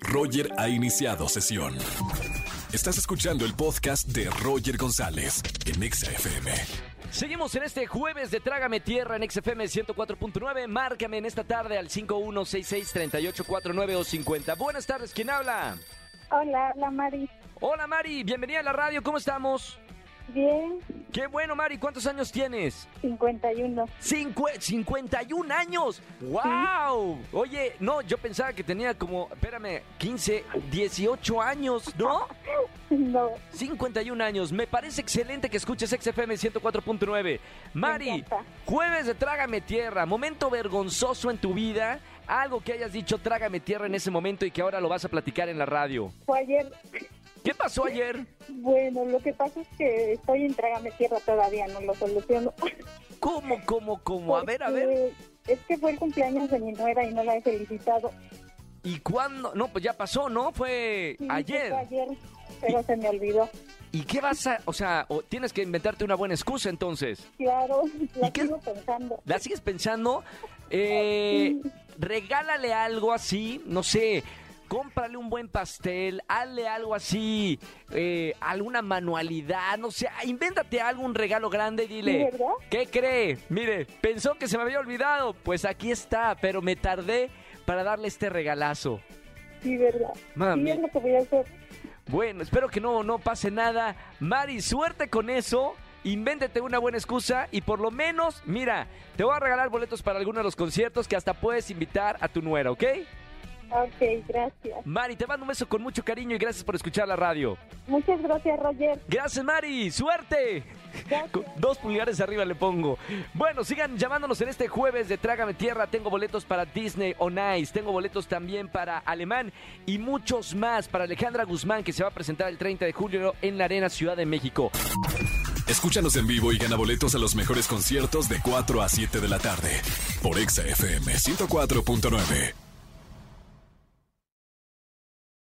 Roger ha iniciado sesión. Estás escuchando el podcast de Roger González en Exa FM. Seguimos en este jueves de Trágame Tierra en XFM 104.9. Márcame en esta tarde al 5166-3849 o 50. Buenas tardes, ¿quién habla? Hola, hola Mari. Hola Mari, bienvenida a la radio, ¿cómo estamos? Bien, Qué bueno Mari, ¿cuántos años tienes? 51. Cincu- 51 años. ¡Wow! Oye, no, yo pensaba que tenía como, espérame, 15, 18 años, ¿no? No, 51 años. Me parece excelente que escuches XFM 104.9. Mari, encanta. jueves de Trágame Tierra, momento vergonzoso en tu vida, algo que hayas dicho Trágame Tierra en ese momento y que ahora lo vas a platicar en la radio. fue ayer. ¿Qué pasó ayer? Bueno, lo que pasa es que estoy en Trágame Tierra todavía, no lo soluciono. ¿Cómo, cómo, cómo? A ver, a ver. Porque Es que fue el cumpleaños de mi nuera y no la he felicitado. ¿Y cuándo? No, pues ya pasó, ¿no? Fue Sí, ayer. fue ayer, pero se me olvidó. ¿Y qué vas a...? O sea, o tienes que inventarte una buena excusa entonces. Claro, la qué- sigo pensando. ¿La sigues pensando? Eh, regálale algo así, no sé, cómprale un buen pastel, hazle algo así, eh, alguna manualidad, no sé, ah, invéntate algo, un regalo grande y ¿Sí, dile, verdad? ¿qué cree? Mire, pensó que se me había olvidado, pues aquí está, pero me tardé para darle este regalazo. Sí, verdad. Mami. Sí, es lo que voy a hacer. Bueno, espero que no, no pase nada. Mari, suerte con eso. Invéntete una buena excusa y por lo menos, mira, te voy a regalar boletos para alguno de los conciertos que hasta puedes invitar a tu nuera, ¿ok? Ok, gracias. Mari, te mando un beso con mucho cariño y gracias por escuchar la radio. Muchas gracias, Roger. Gracias, Mari, suerte. Gracias. Con Dos pulgares arriba le pongo. Bueno, sigan llamándonos en este jueves de Trágame Tierra. Tengo boletos para Disney On Ice. Tengo boletos también para Alemán y muchos más para Alejandra Guzmán que se va a presentar el 30 de julio en la Arena Ciudad de México. Escúchanos en vivo y gana boletos a los mejores conciertos de 4 a 7 de la tarde por Exa FM 104.9.